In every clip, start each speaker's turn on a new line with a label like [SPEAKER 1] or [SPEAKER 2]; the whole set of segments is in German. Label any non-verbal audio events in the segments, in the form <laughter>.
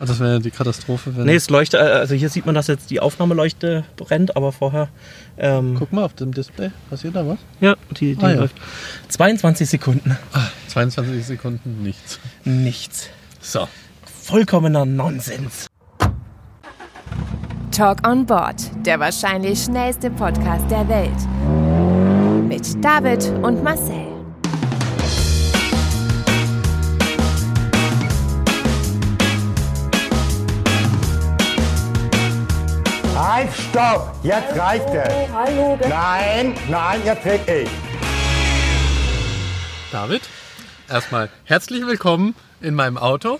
[SPEAKER 1] Also das wäre ja die Katastrophe, wenn.
[SPEAKER 2] Nee, es leuchtet, also hier sieht man, dass jetzt die Aufnahmeleuchte brennt, aber vorher. Ähm,
[SPEAKER 1] Guck mal auf dem Display, passiert da was?
[SPEAKER 2] ja, die, die
[SPEAKER 1] Ah, ja.
[SPEAKER 2] läuft. 22 Sekunden.
[SPEAKER 1] Ah. 22 Sekunden nichts.
[SPEAKER 2] Nichts.
[SPEAKER 1] So.
[SPEAKER 2] Vollkommener Nonsens.
[SPEAKER 3] Talk on Board, der wahrscheinlich schnellste Podcast der Welt. Mit David und Marcel.
[SPEAKER 4] Halt, stopp! Jetzt reicht es!
[SPEAKER 5] Hallo,
[SPEAKER 4] Nein, nein, jetzt red ich.
[SPEAKER 1] David, erstmal herzlich willkommen in meinem Auto.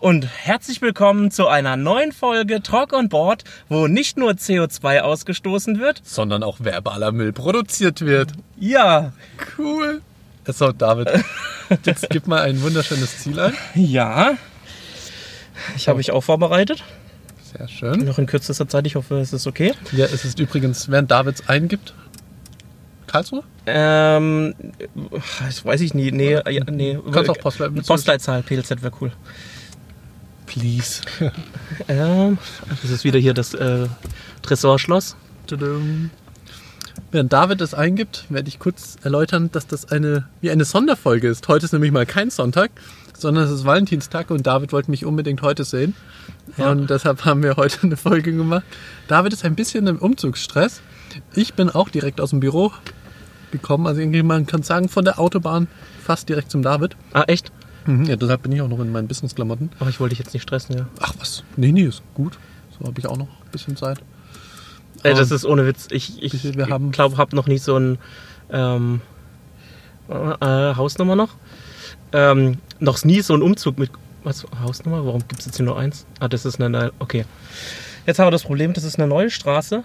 [SPEAKER 2] Und herzlich willkommen zu einer neuen Folge Talk on Board, wo nicht nur CO2 ausgestoßen wird.
[SPEAKER 1] Sondern auch verbaler Müll produziert wird.
[SPEAKER 2] Ja,
[SPEAKER 1] Cool. So, David, <laughs> jetzt gib mal ein wunderschönes Ziel ein.
[SPEAKER 2] ja. Ich habe mich auch vorbereitet.
[SPEAKER 1] Sehr schön.
[SPEAKER 2] Noch in kürzester Zeit. Ich hoffe, es ist okay.
[SPEAKER 1] Hier ist es übrigens, während Davids eingibt, Karlsruhe?
[SPEAKER 2] Ähm, das weiß ich nie. Nee, ja, nee.
[SPEAKER 1] Kannst auch Postle-
[SPEAKER 2] Postleitzahl, PLZ wäre cool.
[SPEAKER 1] Please.
[SPEAKER 2] Ähm, das ist wieder hier das äh, Tresorschloss.
[SPEAKER 1] Tudum. Während David es eingibt, werde ich kurz erläutern, dass das eine, wie eine Sonderfolge ist. Heute ist nämlich mal kein Sonntag, sondern es ist Valentinstag und David wollte mich unbedingt heute sehen. Und deshalb haben wir heute eine Folge gemacht. David ist ein bisschen im Umzugsstress. Ich bin auch direkt aus dem Büro gekommen. Also irgendwie, man kann sagen, von der Autobahn fast direkt zum David.
[SPEAKER 2] Ah, echt?
[SPEAKER 1] Mhm, ja, deshalb bin ich auch noch in meinen Business-Klamotten.
[SPEAKER 2] Aber ich wollte dich jetzt nicht stressen, ja.
[SPEAKER 1] Ach was, nee, nee, ist gut. So habe ich auch noch ein bisschen Zeit.
[SPEAKER 2] Ey, das
[SPEAKER 1] Ähm,
[SPEAKER 2] ist ohne Witz. Ich, ich
[SPEAKER 1] wir haben-
[SPEAKER 2] glaube, habe noch nie so ein ähm, äh, äh, Hausnummer noch. Ähm, noch nie so ein Umzug mit was Hausnummer. Warum gibt es jetzt hier nur eins? Ah, das ist eine neue. Okay. Jetzt haben wir das Problem, das ist eine neue Straße.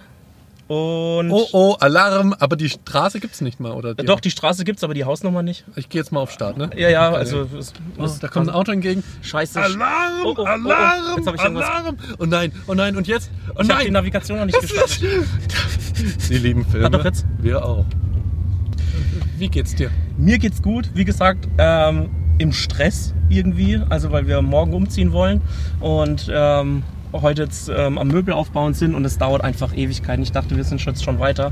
[SPEAKER 2] Und
[SPEAKER 1] Oh, oh, Alarm, aber die Straße gibt's nicht mal, oder?
[SPEAKER 2] Ja, doch, die Straße gibt's, aber die Hausnummer nicht.
[SPEAKER 1] Ich gehe jetzt mal auf Start, ne?
[SPEAKER 2] Ja, ja, also es,
[SPEAKER 1] Oh,
[SPEAKER 2] es-
[SPEAKER 1] da kommt ein Auto entgegen.
[SPEAKER 2] Scheiße.
[SPEAKER 1] Alarm,
[SPEAKER 2] Oh, oh, oh, oh.
[SPEAKER 1] Alarm,
[SPEAKER 2] Jetzt hab ich irgendwas-
[SPEAKER 1] Alarm. Oh nein, oh nein, und <laughs> jetzt? Oh
[SPEAKER 2] Ich habe die
[SPEAKER 1] nein.
[SPEAKER 2] Navigation noch nicht gestartet.
[SPEAKER 1] Sie lieben Filme.
[SPEAKER 2] Hat doch jetzt-
[SPEAKER 1] Wir auch. Wie geht's dir?
[SPEAKER 2] <laughs> Mir geht's gut, wie gesagt, ähm, im Stress irgendwie, also weil wir morgen umziehen wollen und ähm, heute jetzt ähm, am Möbel aufbauen sind und es dauert einfach Ewigkeiten. Ich dachte, wir sind jetzt schon weiter.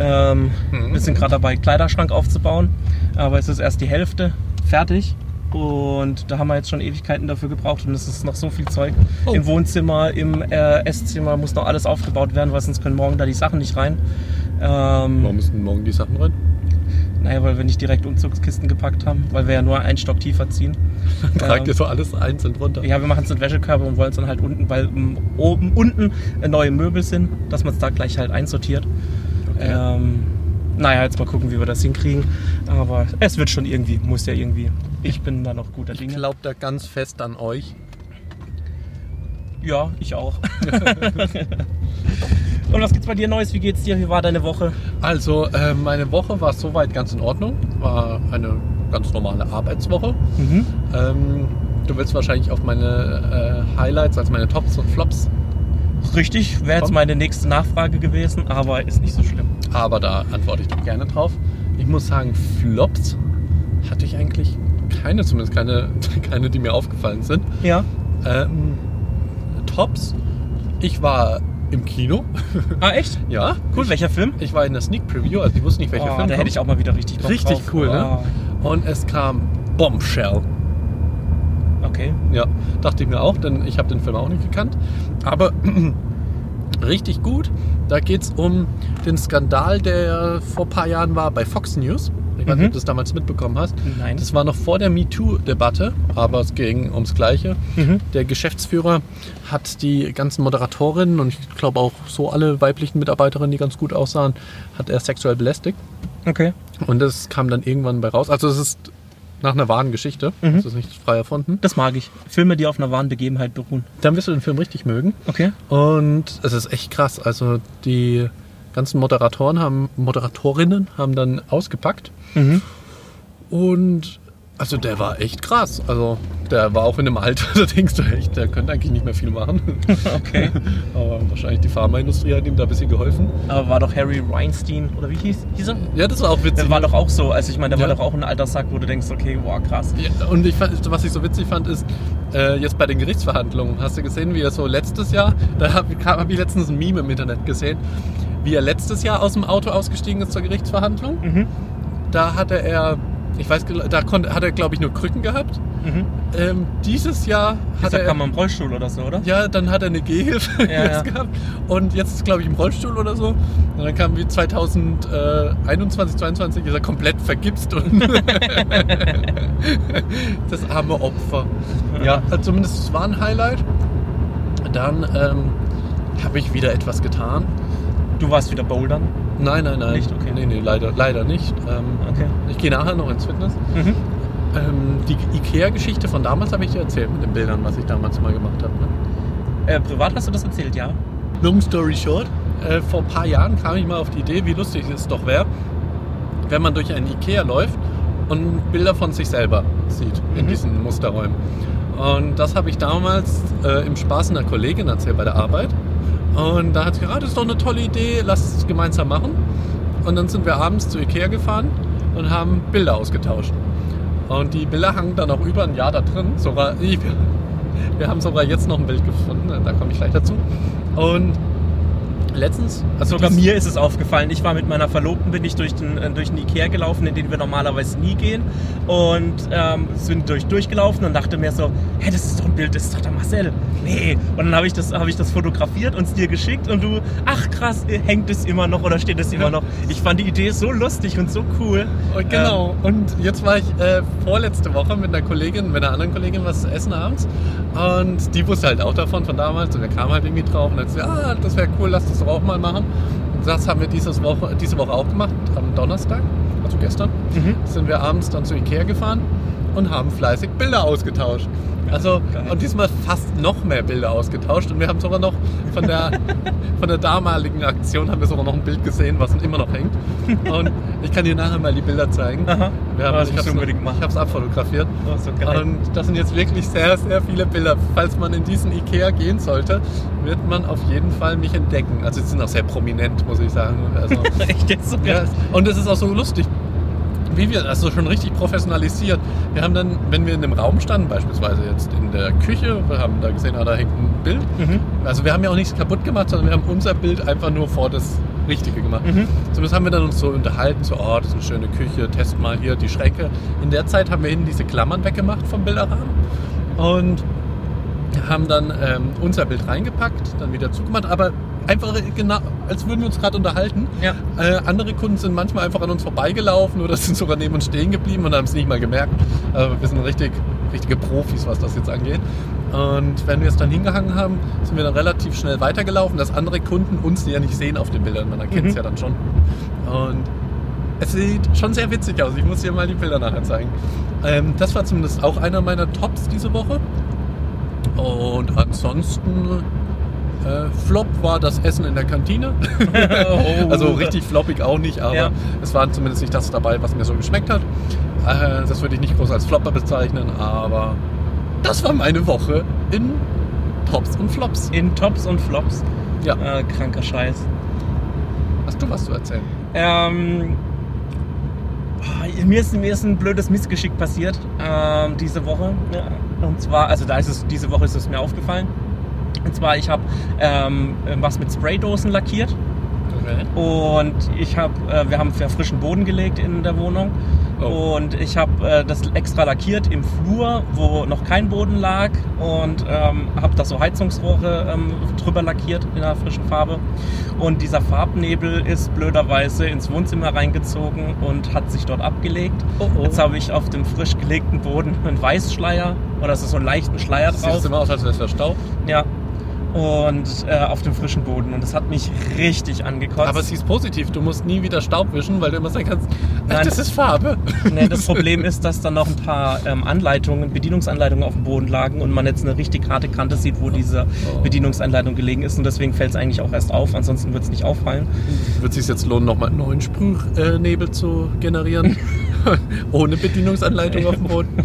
[SPEAKER 2] Ähm, Wir sind gerade dabei, Kleiderschrank aufzubauen, aber es ist erst die Hälfte fertig. Und da haben wir jetzt schon Ewigkeiten dafür gebraucht und es ist noch so viel Zeug.
[SPEAKER 1] Oh.
[SPEAKER 2] Im Wohnzimmer, im äh, Esszimmer muss noch alles aufgebaut werden, weil sonst können morgen da die Sachen nicht rein. Ähm,
[SPEAKER 1] Warum müssen morgen die Sachen <laughs> rein?
[SPEAKER 2] naja, weil wir nicht direkt Umzugskisten gepackt haben, weil wir ja nur einen Stock tiefer ziehen.
[SPEAKER 1] Tragt ihr
[SPEAKER 2] Ähm,
[SPEAKER 1] so alles einzeln runter?
[SPEAKER 2] ja, wir machen es in Wäschekörbe und wollen es dann halt unten, weil ähm, oben unten äh, neue Möbel sind, dass man es da gleich halt einsortiert.
[SPEAKER 1] Okay.
[SPEAKER 2] Ähm, naja, jetzt mal gucken, wie wir das hinkriegen. Aber es wird schon irgendwie, muss ja irgendwie. Ich bin da noch guter
[SPEAKER 1] ich
[SPEAKER 2] Dinge.
[SPEAKER 1] glaube da ganz fest an euch.
[SPEAKER 2] Ja, ich auch. <laughs> und was gibt's bei dir Neues? Wie geht's dir? Wie war deine Woche?
[SPEAKER 1] Also, äh, meine Woche war soweit ganz in Ordnung. War eine ganz normale Arbeitswoche.
[SPEAKER 2] Mhm.
[SPEAKER 1] Ähm, du willst wahrscheinlich auf meine äh, Highlights, also meine Tops und Flops
[SPEAKER 2] Richtig, wäre jetzt
[SPEAKER 1] Komm.
[SPEAKER 2] meine nächste Nachfrage gewesen, aber ist nicht so schlimm.
[SPEAKER 1] aber da antworte ich doch gerne drauf. Ich muss sagen, Flops hatte ich eigentlich keine, zumindest keine, <laughs> keine die mir aufgefallen sind.
[SPEAKER 2] Ja.
[SPEAKER 1] Ähm, Tops, ich war im Kino. <laughs>
[SPEAKER 2] Ah, echt?
[SPEAKER 1] ja,
[SPEAKER 2] Cool, welcher Film?
[SPEAKER 1] Ich war in der Sneak Preview, also ich wusste nicht, welcher
[SPEAKER 2] oh,
[SPEAKER 1] Film
[SPEAKER 2] da hätte ich auch mal wieder richtig Bock
[SPEAKER 1] Richtig
[SPEAKER 2] drauf.
[SPEAKER 1] cool, ne?
[SPEAKER 2] Ah,
[SPEAKER 1] Und es kam Bombshell.
[SPEAKER 2] Oh, Okay.
[SPEAKER 1] Ja, dachte ich mir auch, denn ich habe den Film auch nicht gekannt. Aber <clears throat> richtig gut. Da geht es um den Skandal, der vor ein paar Jahren war bei Fox News. Ich weiß nicht,
[SPEAKER 2] Mhm.
[SPEAKER 1] ob du das damals mitbekommen hast.
[SPEAKER 2] Nein.
[SPEAKER 1] Das war noch vor der MeToo-Debatte, aber es ging ums Gleiche.
[SPEAKER 2] Mhm.
[SPEAKER 1] Der Geschäftsführer hat die ganzen Moderatorinnen und ich glaube auch so alle weiblichen Mitarbeiterinnen, die ganz gut aussahen, hat er sexuell belästigt.
[SPEAKER 2] Okay.
[SPEAKER 1] Und das kam dann irgendwann bei raus. Also es ist nach einer wahren Geschichte.
[SPEAKER 2] Mhm.
[SPEAKER 1] Das ist nicht frei erfunden.
[SPEAKER 2] Das mag ich. Filme, die auf einer wahren Begebenheit beruhen.
[SPEAKER 1] Dann wirst du den Film richtig mögen.
[SPEAKER 2] Okay.
[SPEAKER 1] Und es ist echt krass. Also die ganzen Moderatoren haben, Moderatorinnen haben dann ausgepackt
[SPEAKER 2] Mhm.
[SPEAKER 1] und Also der war echt krass. Also der war auch in einem Alter, <laughs> da denkst du echt, der könnte eigentlich nicht mehr viel machen.
[SPEAKER 2] Okay.
[SPEAKER 1] Aber wahrscheinlich die Pharmaindustrie hat ihm da ein bisschen geholfen.
[SPEAKER 2] Aber war doch Harry Weinstein, oder wie hieß, hieß er?
[SPEAKER 1] Ja, das war auch witzig.
[SPEAKER 2] Der war doch auch so. Also ich meine, der
[SPEAKER 1] Ja.
[SPEAKER 2] war doch auch ein alter Sack, wo du denkst, okay, wow, krass.
[SPEAKER 1] Ja, und ich fand, was ich so witzig fand, ist, äh, jetzt bei den Gerichtsverhandlungen, hast du gesehen, wie er so letztes Jahr, da habe hab ich letztens ein Meme im Internet gesehen, wie er letztes Jahr aus dem Auto ausgestiegen ist zur Gerichtsverhandlung.
[SPEAKER 2] Mhm.
[SPEAKER 1] Da hatte er, ich weiß, gel- da konnte, hat er, glaube ich, nur Krücken gehabt.
[SPEAKER 2] Mhm.
[SPEAKER 1] Ähm, dieses Jahr hat
[SPEAKER 2] Deshalb
[SPEAKER 1] er,
[SPEAKER 2] kam man im Rollstuhl oder so, oder?
[SPEAKER 1] ja, dann hat er eine Gehhilfe
[SPEAKER 2] Ja,
[SPEAKER 1] <laughs> jetzt
[SPEAKER 2] ja.
[SPEAKER 1] gehabt und jetzt ist, glaube ich, im Rollstuhl oder so. Und dann kam wie 2021, 22 ist er komplett vergipst und <laughs> das arme Opfer. Ja, also zumindest es war ein Highlight. Dann ähm, habe ich wieder etwas getan.
[SPEAKER 2] Du warst wieder bouldern.
[SPEAKER 1] Nein, nein, nein.
[SPEAKER 2] Nicht? Okay.
[SPEAKER 1] Nee, nee, leider, leider nicht. Ähm,
[SPEAKER 2] Okay.
[SPEAKER 1] Ich gehe nachher noch ins Fitness.
[SPEAKER 2] Mhm.
[SPEAKER 1] Ähm, die Ikea-Geschichte von damals habe ich dir erzählt mit den Bildern, was ich damals mal gemacht habe. Ne?
[SPEAKER 2] Äh, privat hast du das erzählt, ja?
[SPEAKER 1] Long story short, äh, vor ein paar Jahren kam ich mal auf die Idee, wie lustig es doch wäre, wenn man durch einen Ikea läuft und Bilder von sich selber sieht in
[SPEAKER 2] Mhm.
[SPEAKER 1] diesen Musterräumen. Und das habe ich damals äh, im Spaß einer Kollegin erzählt bei der Arbeit. Und da hat sie gesagt, ah, das ist doch eine tolle Idee, lass es gemeinsam machen. Und dann sind wir abends zu Ikea gefahren und haben Bilder ausgetauscht. Und die Bilder hangen dann auch über ein Jahr da drin. Sogar, <laughs> ich, wir haben sogar jetzt noch ein Bild gefunden, da komme ich gleich dazu. Und letztens, also
[SPEAKER 2] Sogar
[SPEAKER 1] dies-
[SPEAKER 2] mir ist es aufgefallen. Ich war mit meiner Verlobten, bin ich durch den, äh, durch den Ikea gelaufen, in den wir normalerweise nie gehen. Und ähm, sind durch durchgelaufen und dachte mir so, hä, das ist doch ein Bild, das ist doch der Marcel. Nee. Und dann habe ich, das- habe ich das fotografiert und es dir geschickt und du, ach krass, äh, hängt es immer noch oder steht es immer noch. Ich fand die Idee so lustig und so cool.
[SPEAKER 1] Und
[SPEAKER 2] Ähm.
[SPEAKER 1] Genau. und jetzt war ich äh, vorletzte Woche mit einer Kollegin, mit einer anderen Kollegin was zu essen abends. Und die wusste halt auch davon von damals. Und wir kamen halt irgendwie drauf und hat gesagt, ah, das wäre cool, lass das doch auch mal machen. Und das haben wir dieses Woche, diese Woche auch gemacht, am Donnerstag, also gestern,
[SPEAKER 2] Mhm.
[SPEAKER 1] sind wir abends dann zu Ikea gefahren und haben fleißig Bilder ausgetauscht. Also,
[SPEAKER 2] Geil.
[SPEAKER 1] und diesmal fast noch mehr Bilder ausgetauscht. Und wir haben sogar noch von der,
[SPEAKER 2] <laughs>
[SPEAKER 1] von der damaligen Aktion haben wir sogar noch ein Bild gesehen, was immer noch hängt. Und ich kann dir nachher mal die Bilder zeigen.
[SPEAKER 2] Aha. Ah,
[SPEAKER 1] Wir haben,
[SPEAKER 2] das
[SPEAKER 1] ich
[SPEAKER 2] musst du
[SPEAKER 1] habe
[SPEAKER 2] unbedingt machen.
[SPEAKER 1] es abfotografiert.
[SPEAKER 2] Oh, so geil.
[SPEAKER 1] Und das sind jetzt wirklich sehr, sehr viele Bilder. Falls man in diesen Ikea gehen sollte, wird man auf jeden Fall mich entdecken. Also, sie sind auch sehr prominent, muss ich sagen. Also,
[SPEAKER 2] <laughs> Echt jetzt sogar.
[SPEAKER 1] ja, und es ist auch so lustig, wie wir, also schon richtig professionalisiert. Wir haben dann, wenn wir in einem Raum standen, beispielsweise jetzt in der Küche, wir haben da gesehen, ah, da hängt ein Bild.
[SPEAKER 2] Mhm.
[SPEAKER 1] Also wir haben ja auch nichts kaputt gemacht, sondern wir haben unser Bild einfach nur vor das Richtige gemacht.
[SPEAKER 2] Mhm.
[SPEAKER 1] Zumindest haben wir dann uns so unterhalten, so, oh, das ist eine schöne Küche, test mal hier die Schränke. In der Zeit haben wir hinten diese Klammern weggemacht vom Bilderrahmen und haben dann ähm, unser Bild reingepackt, dann wieder zugemacht, aber einfach genau, als würden wir uns gerade unterhalten.
[SPEAKER 2] Ja.
[SPEAKER 1] Äh, andere Kunden sind manchmal einfach an uns vorbeigelaufen oder <laughs> sind sogar neben uns stehen geblieben und haben es nicht mal gemerkt. Also wir sind richtig, richtige Profis, was das jetzt angeht. Und wenn wir es dann hingehangen haben, sind wir dann relativ schnell weitergelaufen, dass andere Kunden uns ja nicht sehen auf den Bildern. Man erkennt es
[SPEAKER 2] Mhm.
[SPEAKER 1] ja dann schon. Und es sieht schon sehr witzig aus. Ich muss dir mal die Bilder nachher zeigen. Ähm, das war zumindest auch einer meiner Tops diese Woche. Und ansonsten äh, Flop war das Essen in der Kantine. <laughs>
[SPEAKER 2] Oh.
[SPEAKER 1] Also richtig floppig auch nicht, aber
[SPEAKER 2] Ja.
[SPEAKER 1] es war zumindest nicht das dabei, was mir so geschmeckt hat. Äh, das würde ich nicht groß als Flopper bezeichnen, aber das war meine Woche in Tops und Flops.
[SPEAKER 2] In Tops und Flops.
[SPEAKER 1] Ja,
[SPEAKER 2] Äh, kranker Scheiß.
[SPEAKER 1] hast du was zu erzählen?
[SPEAKER 2] Ähm, oh, mir, ist, mir ist ein blödes Missgeschick passiert ähm, diese Woche. Ja, Und zwar, also da ist es, diese Woche ist es mir aufgefallen. Und zwar, ich habe ähm, was mit Spraydosen lackiert und ich habe, äh, wir haben ja frischen Boden gelegt in der Wohnung
[SPEAKER 1] Oh.
[SPEAKER 2] und ich habe äh, das extra lackiert im Flur, wo noch kein Boden lag und ähm, habe da so Heizungsrohre ähm, drüber lackiert in einer frischen Farbe und dieser Farbnebel ist blöderweise ins Wohnzimmer reingezogen und hat sich dort abgelegt.
[SPEAKER 1] Oh, oh.
[SPEAKER 2] Jetzt habe ich auf dem frisch gelegten Boden einen Weißschleier oder so so einen leichten Schleier
[SPEAKER 1] Das sieht
[SPEAKER 2] drauf.
[SPEAKER 1] immer aus, als wäre es verstaubt.
[SPEAKER 2] Ja. Und äh, auf dem frischen Boden. Und das hat mich richtig angekotzt.
[SPEAKER 1] Aber es hieß positiv, du musst nie wieder Staub wischen, weil du immer sagen kannst,
[SPEAKER 2] Nein.
[SPEAKER 1] das ist
[SPEAKER 2] <laughs>
[SPEAKER 1] Farbe.
[SPEAKER 2] Nee, das Problem ist, dass dann noch ein paar ähm, Anleitungen, Bedienungsanleitungen auf dem Boden lagen und man jetzt eine richtig harte Kante sieht, wo diese
[SPEAKER 1] Oh.
[SPEAKER 2] Bedienungsanleitung gelegen ist. Und deswegen fällt es eigentlich auch erst auf, ansonsten wird es nicht auffallen. <laughs>
[SPEAKER 1] Wird es sich jetzt lohnen, nochmal einen neuen Sprühnebel zu generieren? Ohne Bedienungsanleitung auf dem Boden.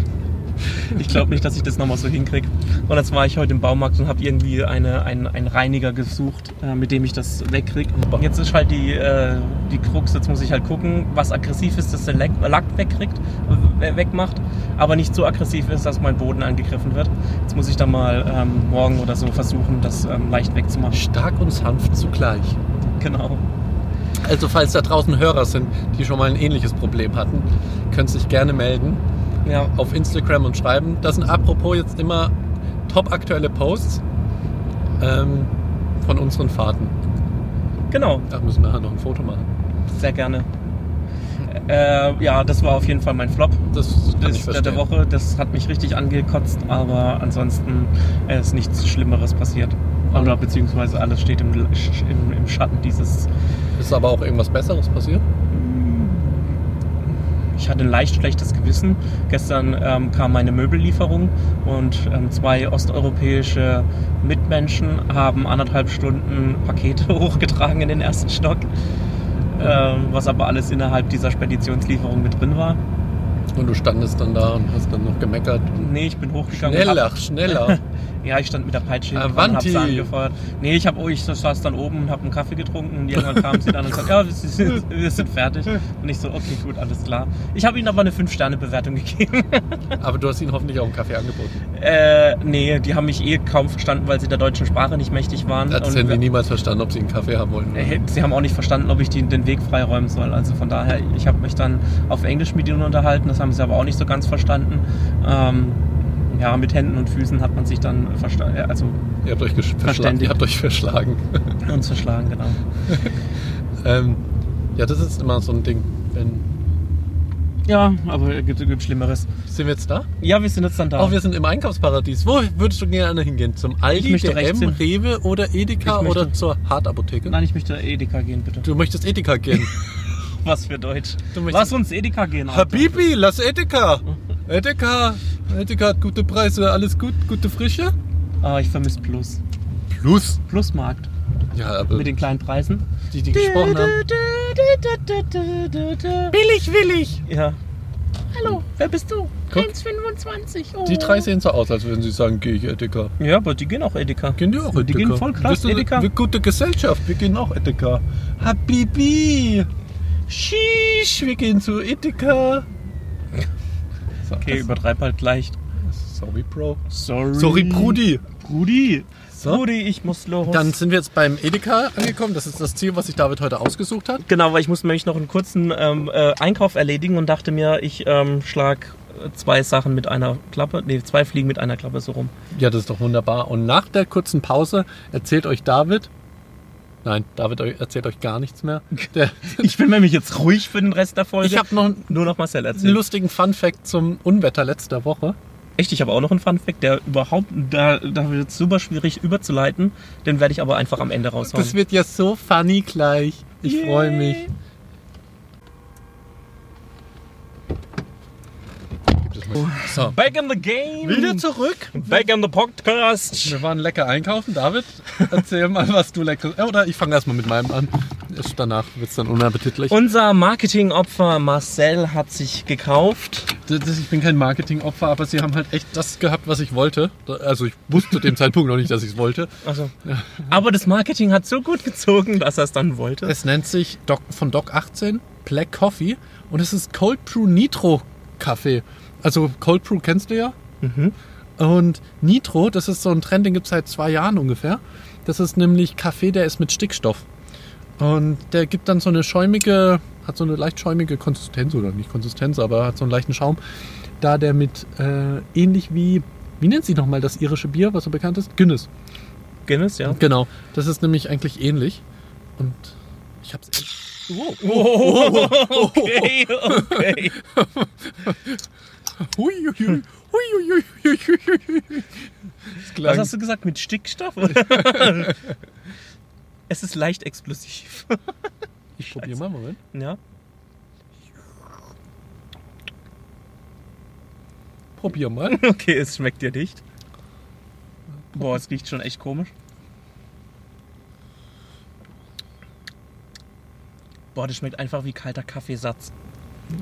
[SPEAKER 2] Ich glaube nicht, dass ich das nochmal so hinkriege. Und jetzt war ich heute im Baumarkt und habe irgendwie eine, einen, einen Reiniger gesucht, äh, mit dem ich das wegkriege. Und jetzt ist halt die, äh, die Krux, jetzt muss ich halt gucken, was aggressiv ist, dass der Lack, Lack wegkriegt, we- wegmacht, aber nicht so aggressiv ist, dass mein Boden angegriffen wird. Jetzt muss ich da mal ähm, morgen oder so versuchen, das ähm,
[SPEAKER 1] <laughs>
[SPEAKER 2] leicht wegzumachen.
[SPEAKER 1] Stark und sanft zugleich.
[SPEAKER 2] Genau.
[SPEAKER 1] Also falls da draußen Hörer sind, die schon mal ein ähnliches Problem hatten, können sich gerne melden
[SPEAKER 2] Ja,
[SPEAKER 1] auf Instagram und schreiben. Das sind apropos jetzt immer top aktuelle Posts ähm, von unseren Fahrten.
[SPEAKER 2] genau.
[SPEAKER 1] Da müssen wir nachher noch ein Foto machen.
[SPEAKER 2] Sehr gerne. Äh, ja, das war auf jeden Fall mein Flop.
[SPEAKER 1] Das kann
[SPEAKER 2] Das
[SPEAKER 1] ich
[SPEAKER 2] ist der,
[SPEAKER 1] verstehen.
[SPEAKER 2] der Woche, das hat mich richtig angekotzt, aber ansonsten äh, ist nichts Schlimmeres passiert. Oder beziehungsweise alles steht im, im, im Schatten dieses.
[SPEAKER 1] Ist aber auch irgendwas Besseres passiert?
[SPEAKER 2] Ich hatte ein leicht schlechtes Gewissen. Gestern ähm, kam meine Möbellieferung und ähm, zwei osteuropäische Mitmenschen haben anderthalb Stunden Pakete <laughs> hochgetragen in den ersten Stock, ähm, was aber alles innerhalb dieser Speditionslieferung mit drin war.
[SPEAKER 1] Und du standest dann da und hast dann noch gemeckert.
[SPEAKER 2] Nee, ich bin hochgegangen. und
[SPEAKER 1] Schneller,
[SPEAKER 2] hab- <laughs>
[SPEAKER 1] schneller.
[SPEAKER 2] Ja, ich stand mit der Peitsche hinten dran und
[SPEAKER 1] Avanti.
[SPEAKER 2] hab's angefeuert. Nee, ich hab, oh, ich saß dann oben und hab einen Kaffee getrunken und irgendwann kamen sie dann und sagten, ja, wir sind, wir sind fertig. Und ich so, okay, gut, alles klar. Ich habe ihnen aber eine 5-Sterne-Bewertung gegeben. <laughs>
[SPEAKER 1] Aber du hast ihnen hoffentlich auch einen Kaffee angeboten.
[SPEAKER 2] Äh, nee, die haben mich eh kaum verstanden, weil sie der deutschen Sprache nicht mächtig waren.
[SPEAKER 1] Das
[SPEAKER 2] Und
[SPEAKER 1] hätten
[SPEAKER 2] wir-
[SPEAKER 1] die niemals verstanden, ob sie einen Kaffee haben wollen.
[SPEAKER 2] Äh, Sie haben auch nicht verstanden, ob ich den, den Weg freiräumen soll. Also von daher, ich habe mich dann auf Englisch mit ihnen unterhalten, das haben sie aber auch nicht so ganz verstanden. Ähm, ja, mit Händen und Füßen hat man sich dann verstanden, also
[SPEAKER 1] Ihr habt euch, gesch- verschlagen.
[SPEAKER 2] Verständigt.
[SPEAKER 1] Ihr habt euch verschlagen. <laughs>
[SPEAKER 2] uns verschlagen, genau.
[SPEAKER 1] Ähm, ja, das ist immer so ein Ding. Wenn,
[SPEAKER 2] Ja, aber es gibt, gibt Schlimmeres.
[SPEAKER 1] sind wir jetzt da?
[SPEAKER 2] Ja, wir sind jetzt dann da.
[SPEAKER 1] Oh, wir sind im Einkaufsparadies. Wo würdest du gerne hingehen? Zum
[SPEAKER 2] Ich
[SPEAKER 1] Aldi,
[SPEAKER 2] möchte rechts
[SPEAKER 1] DM,
[SPEAKER 2] hin.
[SPEAKER 1] Rewe oder Edeka
[SPEAKER 2] Ich möchte-
[SPEAKER 1] oder zur Hartapotheke?
[SPEAKER 2] Nein, ich möchte Edeka gehen, bitte. <laughs>
[SPEAKER 1] Du möchtest Edeka gehen.
[SPEAKER 2] Was für Deutsch.
[SPEAKER 1] Du möchtest-
[SPEAKER 2] Lass uns Edeka gehen. Alter.
[SPEAKER 1] Habibi, lass
[SPEAKER 2] <laughs>
[SPEAKER 1] Edeka. Edeka. Edeka hat gute Preise, alles gut, gute Frische.
[SPEAKER 2] Ah, ich vermisse Plus.
[SPEAKER 1] Plus.
[SPEAKER 2] Plusmarkt.
[SPEAKER 1] Ja, aber
[SPEAKER 2] Mit den kleinen Preisen.
[SPEAKER 1] die, die gesprochen haben.
[SPEAKER 2] Billig, willig. Ja. Hallo, wer bist du?
[SPEAKER 1] Guck.
[SPEAKER 5] 1,25. Oh.
[SPEAKER 1] Die drei sehen so aus, als würden sie sagen, gehe ich Edeka.
[SPEAKER 2] Ja, aber die gehen auch Edeka.
[SPEAKER 1] Gehen die auch Edeka?
[SPEAKER 2] Die gehen voll krass
[SPEAKER 1] wir sind
[SPEAKER 2] Edeka.
[SPEAKER 1] Eine gute Gesellschaft, wir gehen auch Edeka. Habibi. Sheesh, wir gehen zu Edeka. So,
[SPEAKER 2] <laughs> Okay,
[SPEAKER 1] das-
[SPEAKER 2] übertreib halt leicht.
[SPEAKER 1] Sorry, Bro.
[SPEAKER 2] Sorry.
[SPEAKER 1] Sorry, Brudi.
[SPEAKER 2] Brudi.
[SPEAKER 1] So.
[SPEAKER 2] Brudi, ich muss los.
[SPEAKER 1] Dann sind wir jetzt beim Edeka angekommen. Das ist das Ziel, was sich David heute ausgesucht hat.
[SPEAKER 2] Genau, weil ich musste nämlich noch einen kurzen ähm, äh, Einkauf erledigen und dachte mir, ich ähm, schlag zwei Sachen mit einer Klappe, nee, zwei Fliegen mit einer Klappe
[SPEAKER 1] <laughs>
[SPEAKER 2] so rum.
[SPEAKER 1] Ja, das ist doch wunderbar. Und nach der kurzen Pause erzählt euch David. Nein, David eu- erzählt euch gar nichts <laughs> mehr. Der,
[SPEAKER 2] Ich bin nämlich jetzt ruhig für den Rest der Folge.
[SPEAKER 1] ich habe noch einen
[SPEAKER 2] nur noch Marcel erzählt.
[SPEAKER 1] lustigen Fun-Fact zum Unwetter letzter Woche.
[SPEAKER 2] Echt, ich habe auch noch einen Funfact, der überhaupt, da, da wird es super schwierig überzuleiten. Den werde ich aber einfach am Ende raushauen.
[SPEAKER 1] Das wird ja so funny gleich. Ich
[SPEAKER 2] Yay.
[SPEAKER 1] freue mich. So,
[SPEAKER 2] Back in the game!
[SPEAKER 1] wieder zurück.
[SPEAKER 2] Back in the podcast!
[SPEAKER 1] Wir waren lecker einkaufen. David, erzähl mal, was du leckeres. Oder ich fange erstmal mit meinem an. Ist danach wird es dann unappetitlich.
[SPEAKER 2] Unser Marketingopfer Marcel hat sich gekauft.
[SPEAKER 1] Das- das- Ich bin kein Marketingopfer, aber sie haben halt echt das gehabt, was ich wollte. Also ich wusste zu dem Zeitpunkt noch nicht, dass ich es wollte.
[SPEAKER 2] Also, aber das Marketing hat so gut gezogen, dass er es dann wollte.
[SPEAKER 1] Es nennt sich Doc, von Doc 18 Black Coffee und es ist Cold Brew Nitro Kaffee. Also Cold Brew kennst du ja. Und Nitro, das ist so ein Trend, den gibt es seit zwei Jahren ungefähr. Das ist nämlich Kaffee, der ist mit Stickstoff. Und der gibt dann so eine schäumige, hat so eine leicht schäumige Konsistenz, oder nicht Konsistenz, aber hat so einen leichten Schaum. Da der mit äh, ähnlich wie, wie nennt sie nochmal das irische Bier, was so bekannt ist? Guinness.
[SPEAKER 2] Guinness, ja.
[SPEAKER 1] Genau, das ist nämlich eigentlich ähnlich. Und ich hab's echt.
[SPEAKER 2] Oh, <laughs> Okay, okay.
[SPEAKER 1] Hui, hui, hui, hui, hui, hui, hui, hui, hui, hui. Das
[SPEAKER 2] Was
[SPEAKER 1] klang,
[SPEAKER 2] hast du gesagt? Mit <laughs> Stickstoff? Oder? es ist leicht explosiv.
[SPEAKER 1] ich probiere mal, Moment.
[SPEAKER 2] Ja.
[SPEAKER 1] Probier mal.
[SPEAKER 2] Okay, es schmeckt dir nicht. Boah, es riecht schon echt komisch. Boah, das schmeckt einfach wie kalter Kaffeesatz.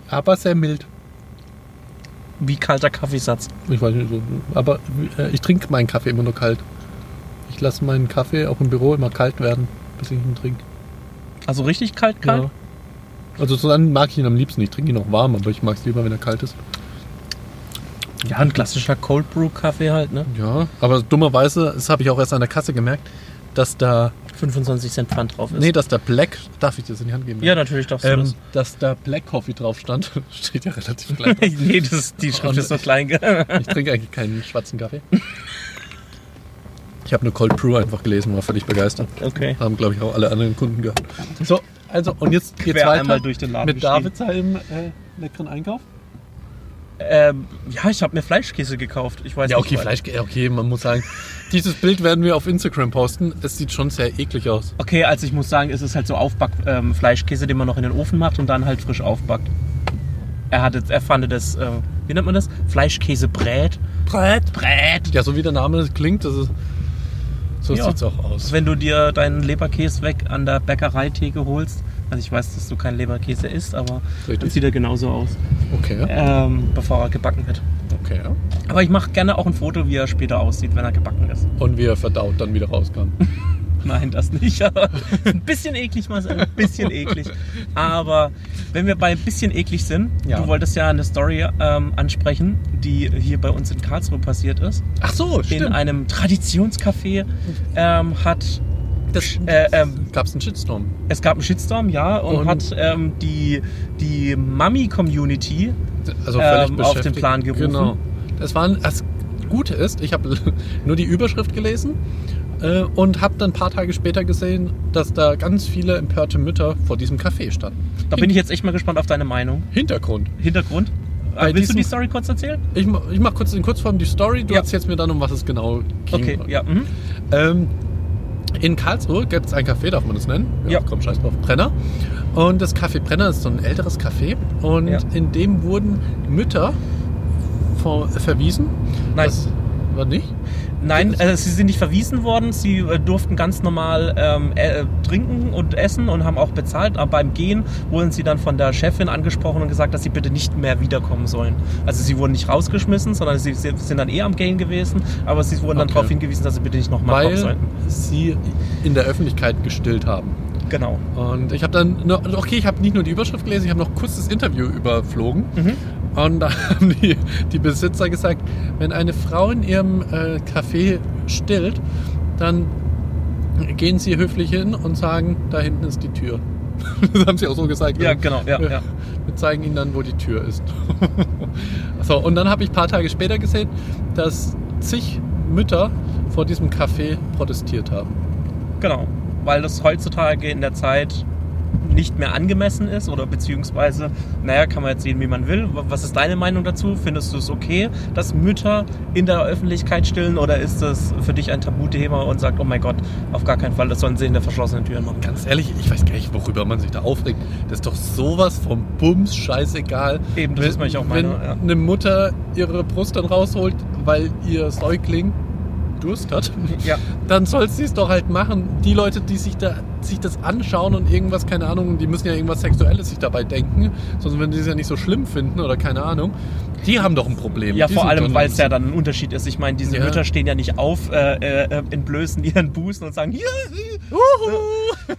[SPEAKER 1] aber sehr mild.
[SPEAKER 2] Wie kalter Kaffeesatz.
[SPEAKER 1] Ich weiß nicht, so- aber äh, ich trinke meinen Kaffee immer nur kalt. Ich lasse meinen Kaffee auch im Büro immer kalt werden, bis ich ihn trinke.
[SPEAKER 2] Also richtig kalt, kalt.
[SPEAKER 1] Ja. Also so dann mag ich ihn am liebsten. Ich trinke ihn auch warm, aber ich mag es lieber, wenn er kalt ist.
[SPEAKER 2] Ja, ein klassischer Cold Brew Kaffee halt, ne?
[SPEAKER 1] Ja, aber dummerweise, das habe ich auch erst an der Kasse gemerkt, dass da,
[SPEAKER 2] 25 Cent Pfand drauf ist.
[SPEAKER 1] nee, dass da Black, darf ich dir das in die Hand geben?
[SPEAKER 2] ja, natürlich darfst du
[SPEAKER 1] ähm,
[SPEAKER 2] das.
[SPEAKER 1] dass
[SPEAKER 2] <laughs>
[SPEAKER 1] da Black Coffee drauf stand, <laughs> steht ja relativ klein. drauf.
[SPEAKER 2] Oh, nee, das, die Schrift
[SPEAKER 1] Und-
[SPEAKER 2] ist so klein. gell?
[SPEAKER 1] Ich trinke eigentlich keinen schwarzen Kaffee. Ich habe eine Cold Brew einfach gelesen, war völlig begeistert.
[SPEAKER 2] okay.
[SPEAKER 1] Haben, glaube ich, auch alle anderen Kunden gehört. So, also, und jetzt geht's
[SPEAKER 2] Quer
[SPEAKER 1] weiter
[SPEAKER 2] einmal durch den Laden
[SPEAKER 1] mit
[SPEAKER 2] gestiegen.
[SPEAKER 1] David seinem äh, leckeren Einkauf.
[SPEAKER 2] Ähm, ja, ich habe mir Fleischkäse gekauft. Ich weiß
[SPEAKER 1] Ja,
[SPEAKER 2] nicht,
[SPEAKER 1] okay,
[SPEAKER 2] weil-
[SPEAKER 1] Fleisch, ja, okay, man muss sagen, dieses Bild werden wir auf Instagram posten. Es sieht schon sehr eklig aus.
[SPEAKER 2] Okay, also ich muss sagen, es ist halt so Aufback ähm, Fleischkäse, den man noch in den Ofen macht und dann halt frisch aufbackt. Er hatte, er fand das, äh, wie nennt man das? Fleischkäsebrät. Brät, Brät.
[SPEAKER 1] Ja, so wie der Name das klingt, das ist, so
[SPEAKER 2] Ja.
[SPEAKER 1] sieht's auch aus.
[SPEAKER 2] Wenn du dir deinen Leberkäse weg an der Bäckereitheke holst, also ich weiß, dass du kein Leberkäse isst, aber dann
[SPEAKER 1] Richtig.
[SPEAKER 2] sieht er genauso aus,
[SPEAKER 1] Okay,
[SPEAKER 2] ähm, bevor er gebacken wird.
[SPEAKER 1] okay.
[SPEAKER 2] Aber ich mache gerne auch ein Foto, wie er später aussieht, wenn er gebacken ist.
[SPEAKER 1] Und wie er verdaut dann wieder rauskam.
[SPEAKER 2] Nein, das nicht. Aber ein bisschen eklig, Marcel, ein bisschen eklig. Aber wenn wir bei ein bisschen eklig sind,
[SPEAKER 1] Ja.
[SPEAKER 2] du wolltest ja eine Story ähm, ansprechen, die hier bei uns in Karlsruhe passiert ist.
[SPEAKER 1] Ach so,
[SPEAKER 2] In
[SPEAKER 1] stimmt.
[SPEAKER 2] einem Traditionscafé ähm, hat
[SPEAKER 1] Das,
[SPEAKER 2] äh, ähm,
[SPEAKER 1] gab's einen Shitstorm.
[SPEAKER 2] es gab einen Shitstorm, ja, und,
[SPEAKER 1] Und-
[SPEAKER 2] hat ähm, die, die Mami-Community,
[SPEAKER 1] also
[SPEAKER 2] ähm,
[SPEAKER 1] völlig
[SPEAKER 2] auf
[SPEAKER 1] beschäftigt.
[SPEAKER 2] den Plan gerufen.
[SPEAKER 1] Genau. Das waren, das Gute ist, ich habe <laughs> nur die Überschrift gelesen äh, und habe dann ein paar Tage später gesehen, dass da ganz viele empörte Mütter vor diesem Café standen.
[SPEAKER 2] da bin ich jetzt echt mal gespannt auf deine Meinung.
[SPEAKER 1] Hintergrund.
[SPEAKER 2] Hintergrund.
[SPEAKER 1] Bei
[SPEAKER 2] Äh, Willst du
[SPEAKER 1] diesem-
[SPEAKER 2] die Story kurz erzählen?
[SPEAKER 1] Ich, ma- ich mache kurz in Kurzform die Story, du
[SPEAKER 2] Ja.
[SPEAKER 1] erzählst mir dann, um was es genau ging.
[SPEAKER 2] Okay, ja. Mhm.
[SPEAKER 1] Ähm, in Karlsruhe gibt es ein Café, darf man das nennen?
[SPEAKER 2] Ja.
[SPEAKER 1] Komm, scheiß drauf. Brenner. Und das Café Brenner ist so ein älteres Café. Und
[SPEAKER 2] Ja.
[SPEAKER 1] in dem wurden Mütter vor, verwiesen.
[SPEAKER 2] Nein.
[SPEAKER 1] Das war nicht?
[SPEAKER 2] Nein, also sie sind nicht verwiesen worden. Sie äh, durften ganz normal ähm, äh, trinken und essen und haben auch bezahlt. Aber beim Gehen wurden sie dann von der Chefin angesprochen und gesagt, dass sie bitte nicht mehr wiederkommen sollen. Also sie wurden nicht rausgeschmissen, sondern sie sie sind dann eh am Gehen gewesen. Aber sie wurden dann
[SPEAKER 1] Okay.
[SPEAKER 2] darauf hingewiesen, dass sie bitte nicht nochmal kommen
[SPEAKER 1] weil
[SPEAKER 2] sollten.
[SPEAKER 1] sie in der Öffentlichkeit gestillt haben.
[SPEAKER 2] Genau.
[SPEAKER 1] Und ich habe dann, nur- okay, ich habe nicht nur die Überschrift gelesen, ich habe noch kurz das Interview überflogen.
[SPEAKER 2] Mhm.
[SPEAKER 1] Und da <laughs> haben die, die Besitzer gesagt, wenn eine Frau in ihrem äh, Café stillt, dann gehen sie höflich hin und sagen, da hinten ist die Tür. <laughs> Das haben sie auch so gesagt. ne?
[SPEAKER 2] Ja, genau. Ja, ja.
[SPEAKER 1] Wir zeigen ihnen dann, wo die Tür ist. <laughs> so, und dann habe ich ein paar Tage später gesehen, dass zig Mütter vor diesem Café protestiert haben.
[SPEAKER 2] Genau. Weil das heutzutage in der Zeit nicht mehr angemessen ist oder beziehungsweise, naja, kann man jetzt sehen, wie man will. Was ist deine Meinung dazu? Findest du es okay, dass Mütter in der Öffentlichkeit stillen oder ist das für dich ein Tabuthema und sagt, oh mein Gott, auf gar keinen Fall, das sollen sie in der verschlossenen Tür machen?
[SPEAKER 1] Ganz ehrlich, ich weiß gar nicht, worüber man sich da aufregt. Das ist doch sowas vom Bums scheißegal.
[SPEAKER 2] Eben, das ist mir ich auch meine,
[SPEAKER 1] Wenn
[SPEAKER 2] ja.
[SPEAKER 1] eine Mutter ihre Brust dann rausholt, weil ihr Säugling Durst hat,
[SPEAKER 2] Ja.
[SPEAKER 1] dann soll sie es doch halt machen. Die Leute, die sich, da, sich das anschauen und irgendwas, keine Ahnung, die müssen ja irgendwas Sexuelles sich dabei denken, sonst würden sie es ja nicht so schlimm finden oder keine Ahnung. Die haben doch ein Problem.
[SPEAKER 2] Ja,
[SPEAKER 1] Die
[SPEAKER 2] vor
[SPEAKER 1] sind doch
[SPEAKER 2] allem, weil es
[SPEAKER 1] nicht-
[SPEAKER 2] ja dann ein Unterschied ist. Ich meine, diese
[SPEAKER 1] Ja.
[SPEAKER 2] Mütter stehen ja nicht auf, äh, äh, äh, entblößen ihren Busen und sagen, hier,
[SPEAKER 1] Uhu.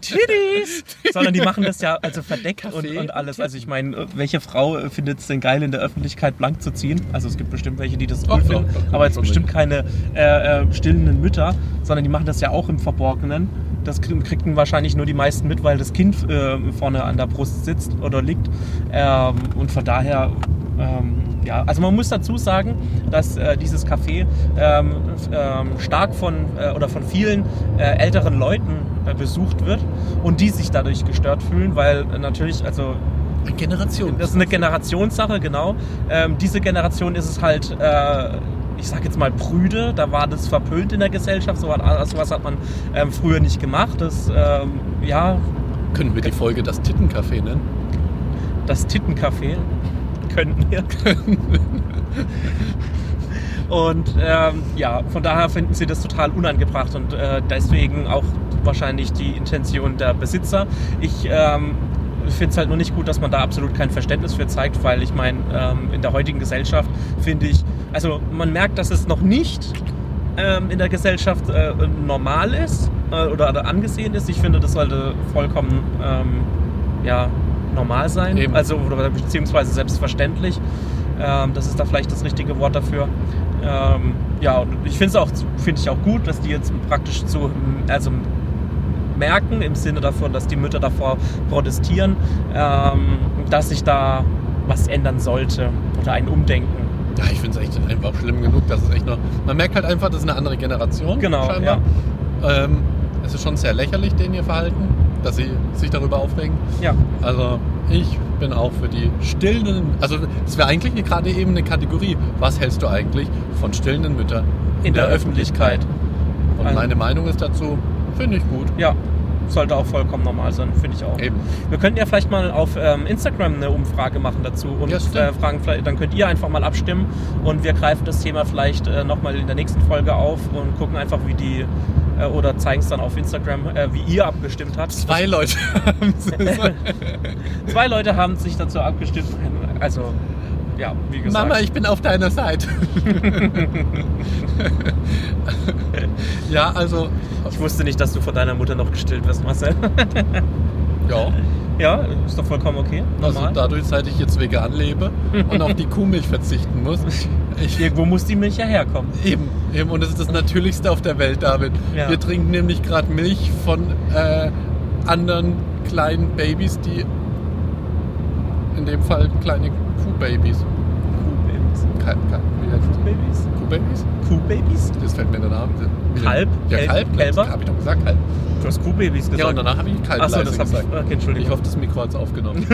[SPEAKER 2] Titties! <laughs> Sondern die machen das ja also verdeckt und,
[SPEAKER 1] Kaffee
[SPEAKER 2] und alles. Also ich meine, äh, welche Frau findet es denn geil, in der Öffentlichkeit blank zu ziehen? Also es gibt bestimmt welche, die das
[SPEAKER 1] Ach
[SPEAKER 2] cool
[SPEAKER 1] ja,
[SPEAKER 2] finden,
[SPEAKER 1] da kommt
[SPEAKER 2] aber jetzt
[SPEAKER 1] schon
[SPEAKER 2] bestimmt keine äh, äh, stillenden Mütter, sondern die machen das ja auch im Verborgenen. Das krie- kriegen wahrscheinlich nur die meisten mit, weil das Kind äh, vorne an der Brust sitzt oder liegt. Ähm, und von daher, ähm, ja, also man muss dazu sagen, dass äh, dieses Café ähm, f- ähm, stark von äh, oder von vielen äh, älteren Leuten äh, besucht wird und die sich dadurch gestört fühlen, weil äh, natürlich, also
[SPEAKER 1] Eine Generation.
[SPEAKER 2] das ist eine Generationssache, genau. Ähm, diese Generation ist es halt, äh, ich sag jetzt mal prüde, da war das verpönt in der Gesellschaft, so hat, sowas hat man ähm, früher nicht gemacht. Das, ähm, ja,
[SPEAKER 1] Können wir die Folge das Tittencafé nennen?
[SPEAKER 2] das Tittencafé könnten wir. Und ähm, ja, von daher finden sie das total unangebracht und äh, deswegen auch wahrscheinlich die Intention der Besitzer. Ich ähm, ich finde es halt nur nicht gut, dass man da absolut kein Verständnis für zeigt, weil ich meine, ähm, in der heutigen Gesellschaft finde ich, also man merkt, dass es noch nicht ähm, in der Gesellschaft äh, normal ist äh, oder, oder angesehen ist. Ich finde, das sollte vollkommen ähm, ja, normal sein,
[SPEAKER 1] Eben.
[SPEAKER 2] also oder beziehungsweise selbstverständlich. Ähm, das ist da vielleicht das richtige Wort dafür. Ähm, ja, und ich finde es auch, finde ich auch gut, dass die jetzt praktisch zu, also merken, im Sinne davon, dass die Mütter davor protestieren, ähm, dass sich da was ändern sollte oder ein Umdenken.
[SPEAKER 1] Ja, ich finde es echt einfach schlimm genug, dass es echt noch. Man merkt halt einfach, das ist eine andere Generation.
[SPEAKER 2] Genau,
[SPEAKER 1] scheinbar. Ähm, es ist schon sehr lächerlich, den ihr Verhalten, dass sie sich darüber aufregen.
[SPEAKER 2] Ja,
[SPEAKER 1] Also ich bin auch für die stillenden. Also das wäre eigentlich gerade eben eine Kategorie. Was hältst du eigentlich von stillenden Müttern
[SPEAKER 2] in, der, Öffentlichkeit.
[SPEAKER 1] Und
[SPEAKER 2] Also-
[SPEAKER 1] meine Meinung ist dazu, finde ich gut.
[SPEAKER 2] Ja, sollte auch vollkommen normal sein, finde ich auch.
[SPEAKER 1] Eben.
[SPEAKER 2] Wir könnten ja vielleicht mal auf ähm, Instagram eine Umfrage machen dazu und
[SPEAKER 1] Ja, stimmt.
[SPEAKER 2] äh, fragen, vielleicht- dann könnt ihr einfach mal abstimmen und wir greifen das Thema vielleicht äh, nochmal in der nächsten Folge auf und gucken einfach, wie die äh, oder zeigen es dann auf Instagram, äh, wie ihr abgestimmt habt.
[SPEAKER 1] Zwei Leute.
[SPEAKER 2] <laughs>
[SPEAKER 1] haben's gesagt.
[SPEAKER 2] Zwei Leute haben sich dazu abgestimmt. Also, ja, wie gesagt.
[SPEAKER 1] Mama, ich bin auf deiner
[SPEAKER 2] <laughs>
[SPEAKER 1] Seite. ja, also
[SPEAKER 2] ich wusste nicht, dass du von deiner Mutter noch gestillt wirst, Marcel. <laughs>
[SPEAKER 1] ja.
[SPEAKER 2] ja, ist doch vollkommen okay.
[SPEAKER 1] Also
[SPEAKER 2] Äh, Normal.
[SPEAKER 1] dadurch, seit ich jetzt vegan lebe und auf die
[SPEAKER 2] <laughs>
[SPEAKER 1] Kuhmilch verzichten muss. Ich,
[SPEAKER 2] Irgendwo muss die Milch ja herkommen.
[SPEAKER 1] eben, eben, und das ist das Natürlichste auf der Welt, David.
[SPEAKER 2] Ja.
[SPEAKER 1] Wir trinken nämlich gerade Milch von äh, anderen kleinen Babys, die in dem Fall kleine Kuhbabys.
[SPEAKER 2] Kuhbabys.
[SPEAKER 1] Kein, kein, wie heißt das?
[SPEAKER 2] Kuhbabys?
[SPEAKER 1] Kuhbabys?
[SPEAKER 2] Kuhbabys?
[SPEAKER 1] Das fällt mir der Name.
[SPEAKER 2] Kalb?
[SPEAKER 1] Ja,
[SPEAKER 2] Kel-
[SPEAKER 1] Kalb,
[SPEAKER 2] Kälber?
[SPEAKER 1] Habe ich doch gesagt, Kalb.
[SPEAKER 2] Du hast Kuhbabys gesagt.
[SPEAKER 1] Ja, und danach habe ich Kalb
[SPEAKER 2] Achso,
[SPEAKER 1] leise
[SPEAKER 2] das hab ich.
[SPEAKER 1] gesagt.
[SPEAKER 2] Okay, Entschuldigung.
[SPEAKER 1] Ich hoffe, das Mikro hat es aufgenommen.
[SPEAKER 2] <laughs>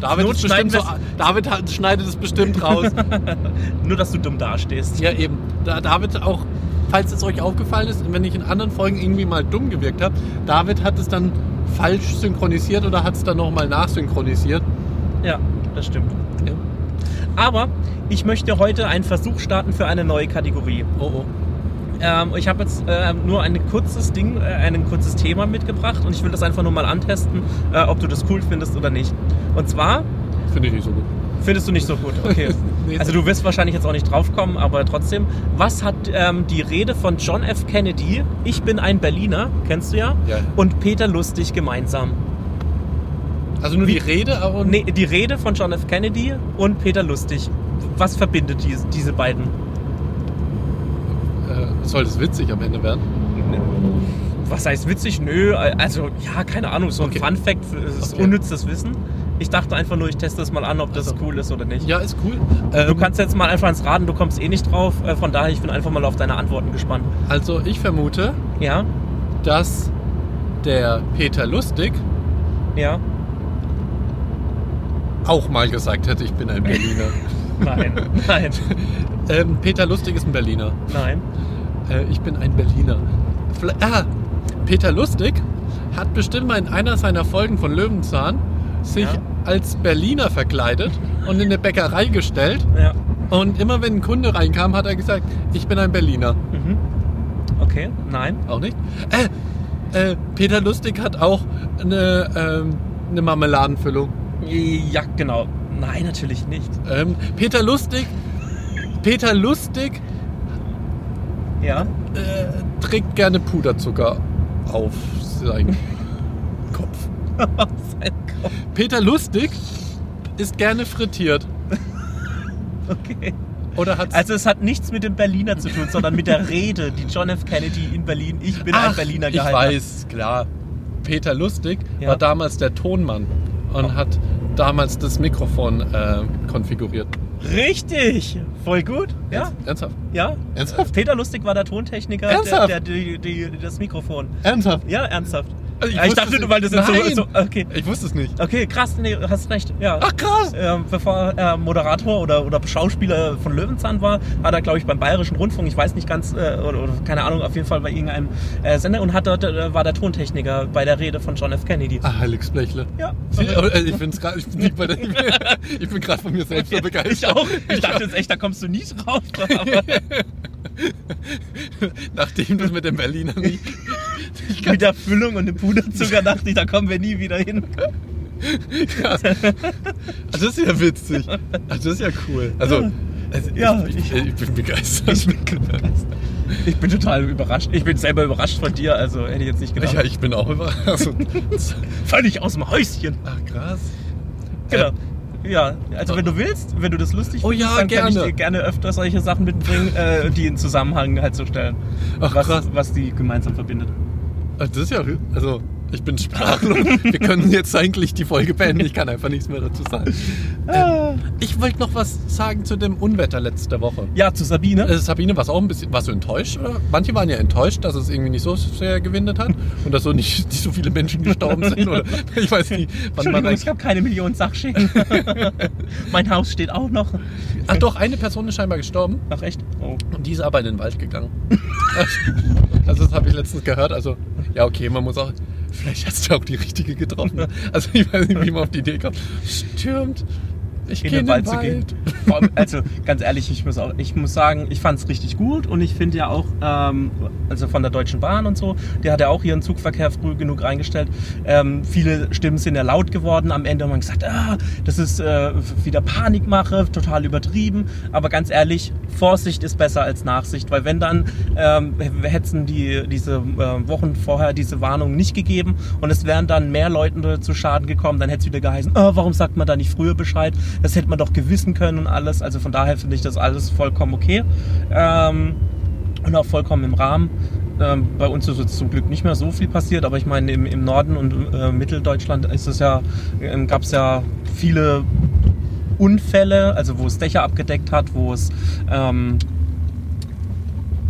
[SPEAKER 1] David,
[SPEAKER 2] Not
[SPEAKER 1] ist bestimmt
[SPEAKER 2] schneiden
[SPEAKER 1] so,
[SPEAKER 2] wir's-
[SPEAKER 1] David hat, schneidet es bestimmt
[SPEAKER 2] <laughs>
[SPEAKER 1] raus.
[SPEAKER 2] Nur, dass du dumm dastehst.
[SPEAKER 1] ja, eben. Da, David auch, falls es euch aufgefallen ist, wenn ich in anderen Folgen irgendwie mal dumm gewirkt habe, David hat es dann falsch synchronisiert oder hat es dann nochmal nachsynchronisiert.
[SPEAKER 2] Ja, das stimmt.
[SPEAKER 1] Ja.
[SPEAKER 2] Aber ich möchte heute einen Versuch starten für eine neue Kategorie.
[SPEAKER 1] Oh, oh.
[SPEAKER 2] Ähm, ich habe jetzt äh, nur ein kurzes Ding, äh, ein kurzes Thema mitgebracht und ich will das einfach nur mal antesten, äh, ob du das cool findest oder nicht. Und zwar
[SPEAKER 1] Finde ich nicht so gut.
[SPEAKER 2] findest du nicht so gut, okay.
[SPEAKER 1] <laughs> Nee,
[SPEAKER 2] Also du wirst wahrscheinlich jetzt auch nicht draufkommen, aber trotzdem. Was hat ähm, die Rede von John F. Kennedy, ich bin ein Berliner, kennst du ja,
[SPEAKER 1] Ja.
[SPEAKER 2] und Peter Lustig gemeinsam?
[SPEAKER 1] also nur die Rede, aber
[SPEAKER 2] Nee, die Rede von John F. Kennedy und Peter Lustig. Was verbindet die, diese beiden?
[SPEAKER 1] äh, soll das witzig am Ende werden?
[SPEAKER 2] Was heißt witzig? Nö, also ja, keine Ahnung, so ein
[SPEAKER 1] Okay.
[SPEAKER 2] Fun Fact, es ist
[SPEAKER 1] Okay.
[SPEAKER 2] unnützes Wissen. Ich dachte einfach nur, ich teste das mal an, ob das
[SPEAKER 1] Also.
[SPEAKER 2] cool ist oder nicht.
[SPEAKER 1] Ja, ist cool.
[SPEAKER 2] Du
[SPEAKER 1] Ähm,
[SPEAKER 2] kannst jetzt mal einfach ins Raten, du kommst eh nicht drauf. Äh, Von daher, ich bin einfach mal auf deine Antworten gespannt.
[SPEAKER 1] also ich vermute,
[SPEAKER 2] Ja,
[SPEAKER 1] dass der Peter Lustig
[SPEAKER 2] ja.
[SPEAKER 1] auch mal gesagt hätte, ich bin ein
[SPEAKER 2] <laughs>
[SPEAKER 1] Berliner. <laughs>
[SPEAKER 2] Nein, nein,
[SPEAKER 1] ähm, Peter Lustig ist ein Berliner.
[SPEAKER 2] nein.
[SPEAKER 1] Äh, ich bin ein Berliner. Vla- ah, Peter Lustig hat bestimmt mal in einer seiner Folgen von Löwenzahn sich
[SPEAKER 2] Ja.
[SPEAKER 1] als Berliner verkleidet und in eine Bäckerei gestellt.
[SPEAKER 2] Ja,
[SPEAKER 1] Und immer wenn ein Kunde reinkam, hat er gesagt, ich bin ein Berliner.
[SPEAKER 2] okay, nein.
[SPEAKER 1] Auch nicht? Äh, äh, Peter Lustig hat auch eine, ähm, eine Marmeladenfüllung.
[SPEAKER 2] Ja, genau. Nein, natürlich nicht.
[SPEAKER 1] Ähm, Peter Lustig, Peter Lustig
[SPEAKER 2] Ja.
[SPEAKER 1] äh, trägt gerne Puderzucker auf seinen Kopf. Oh Peter Lustig ist gerne frittiert.
[SPEAKER 2] Okay.
[SPEAKER 1] Oder hat
[SPEAKER 2] Also es hat nichts mit dem Berliner zu tun, sondern mit der Rede, die John F. Kennedy in Berlin, ich bin ein Berliner
[SPEAKER 1] Ich
[SPEAKER 2] gehalten hat.
[SPEAKER 1] weiß, klar. Peter Lustig
[SPEAKER 2] Ja.
[SPEAKER 1] war damals der Tonmann und hat damals das Mikrofon äh, konfiguriert.
[SPEAKER 2] Richtig! Voll gut. Ja,
[SPEAKER 1] Ernst- Ernsthaft?
[SPEAKER 2] ja.
[SPEAKER 1] Ernsthaft?
[SPEAKER 2] Peter Lustig war der Tontechniker,
[SPEAKER 1] Ernsthaft?
[SPEAKER 2] Der, der, die, die, das Mikrofon.
[SPEAKER 1] Ernsthaft?
[SPEAKER 2] Ja, ernsthaft.
[SPEAKER 1] Also ich
[SPEAKER 2] Ja, ich
[SPEAKER 1] wusste
[SPEAKER 2] dachte,
[SPEAKER 1] es
[SPEAKER 2] du wolltest jetzt
[SPEAKER 1] nicht.
[SPEAKER 2] so, so. Okay.
[SPEAKER 1] Ich wusste es nicht.
[SPEAKER 2] Okay, krass, nee, hast recht. Ja.
[SPEAKER 1] Ach krass!
[SPEAKER 2] Ähm, bevor er Moderator oder, oder Schauspieler von Löwenzahn war, hat er, glaube ich, beim Bayerischen Rundfunk, ich weiß nicht ganz, äh, oder, oder keine Ahnung, auf jeden Fall bei irgendeinem äh, Sender und hat dort, äh, war der Tontechniker bei der Rede von John F. Kennedy.
[SPEAKER 1] Ah, Alex Blechle.
[SPEAKER 2] Ja.
[SPEAKER 1] Sie-
[SPEAKER 2] <laughs>
[SPEAKER 1] äh, Ich, find's grad, ich bin nicht bei der, <laughs> ich bin gerade von mir selbst so begeistert.
[SPEAKER 2] Ich auch. Ich dachte jetzt echt, da kommst du nie <laughs> drauf. Aber
[SPEAKER 1] Nachdem das mit dem Berliner nicht.
[SPEAKER 2] mit der Füllung und dem Puderzucker dachte ich, da kommen wir nie wieder hin.
[SPEAKER 1] Ja. Also das ist ja witzig. Also das ist ja cool. Also, also
[SPEAKER 2] Ja,
[SPEAKER 1] ich, ich, ich bin begeistert.
[SPEAKER 2] Ich bin begeistert. Ich bin total überrascht. Ich bin selber überrascht von dir, also hätte ich jetzt nicht gedacht.
[SPEAKER 1] Ja, ich bin auch überrascht. Also,
[SPEAKER 2] Völlig aus dem Häuschen.
[SPEAKER 1] ach krass.
[SPEAKER 2] Genau. Ja, also wenn du willst, wenn du das lustig
[SPEAKER 1] Oh ja,
[SPEAKER 2] findest, dann kann ich
[SPEAKER 1] gerne.
[SPEAKER 2] dir gerne öfter solche Sachen mitbringen, äh, die in Zusammenhang halt so stellen.
[SPEAKER 1] Ach,
[SPEAKER 2] was,
[SPEAKER 1] krass.
[SPEAKER 2] was die gemeinsam verbindet.
[SPEAKER 1] Also, das ist ja, also ich bin sprachlos. Wir können jetzt eigentlich die Folge beenden. Ich kann einfach nichts mehr dazu sagen. Ähm, ich wollte noch was sagen zu dem Unwetter letzter Woche.
[SPEAKER 2] Ja, zu Sabine.
[SPEAKER 1] Äh, Sabine, warst auch ein bisschen, warst du enttäuscht? Oder? Manche waren ja enttäuscht, dass es irgendwie nicht so sehr gewindet hat und dass so nicht, <laughs> nicht so viele Menschen gestorben sind. Oder ich weiß nicht, wann man
[SPEAKER 2] Entschuldigung,
[SPEAKER 1] eigentlich.
[SPEAKER 2] ich habe keine Millionen <laughs> Sachschäden. mein Haus steht auch noch.
[SPEAKER 1] Ach doch, eine Person ist scheinbar gestorben
[SPEAKER 2] Ach echt? Oh.
[SPEAKER 1] und die ist aber in den Wald gegangen. <laughs> also, das habe ich letztens gehört. Also, ja, okay, man muss auch. Vielleicht hast du auch die richtige getroffen. Also, ich weiß nicht, wie man auf die Idee kommt. Stürmt. Ich
[SPEAKER 2] in
[SPEAKER 1] gehe
[SPEAKER 2] den Wald zu gehen. <laughs>
[SPEAKER 1] <laughs>
[SPEAKER 2] Vor allem, also ganz ehrlich, ich muss, auch, ich muss sagen, ich fand es richtig gut und ich finde ja auch, ähm, also von der Deutschen Bahn und so, der hat ja auch ihren Zugverkehr früh genug eingestellt. Ähm, viele Stimmen sind ja laut geworden am Ende und man gesagt, ah, das ist äh, wieder Panikmache, total übertrieben. Aber ganz ehrlich, Vorsicht ist besser als Nachsicht, weil wenn dann ähm, hätten die diese äh, Wochen vorher diese Warnung nicht gegeben und es wären dann mehr Leute zu Schaden gekommen, dann hätte es wieder geheißen, ah, warum sagt man da nicht früher Bescheid? Das hätte man doch gewissen können und alles. Also von daher finde ich das alles vollkommen okay ähm, und auch vollkommen im Rahmen. Ähm, bei uns ist jetzt zum Glück nicht mehr so viel passiert, aber ich meine, im, im Norden und äh, Mitteldeutschland ist es ja, ähm, gab es ja viele Unfälle, also wo es Dächer abgedeckt hat, wo es ähm,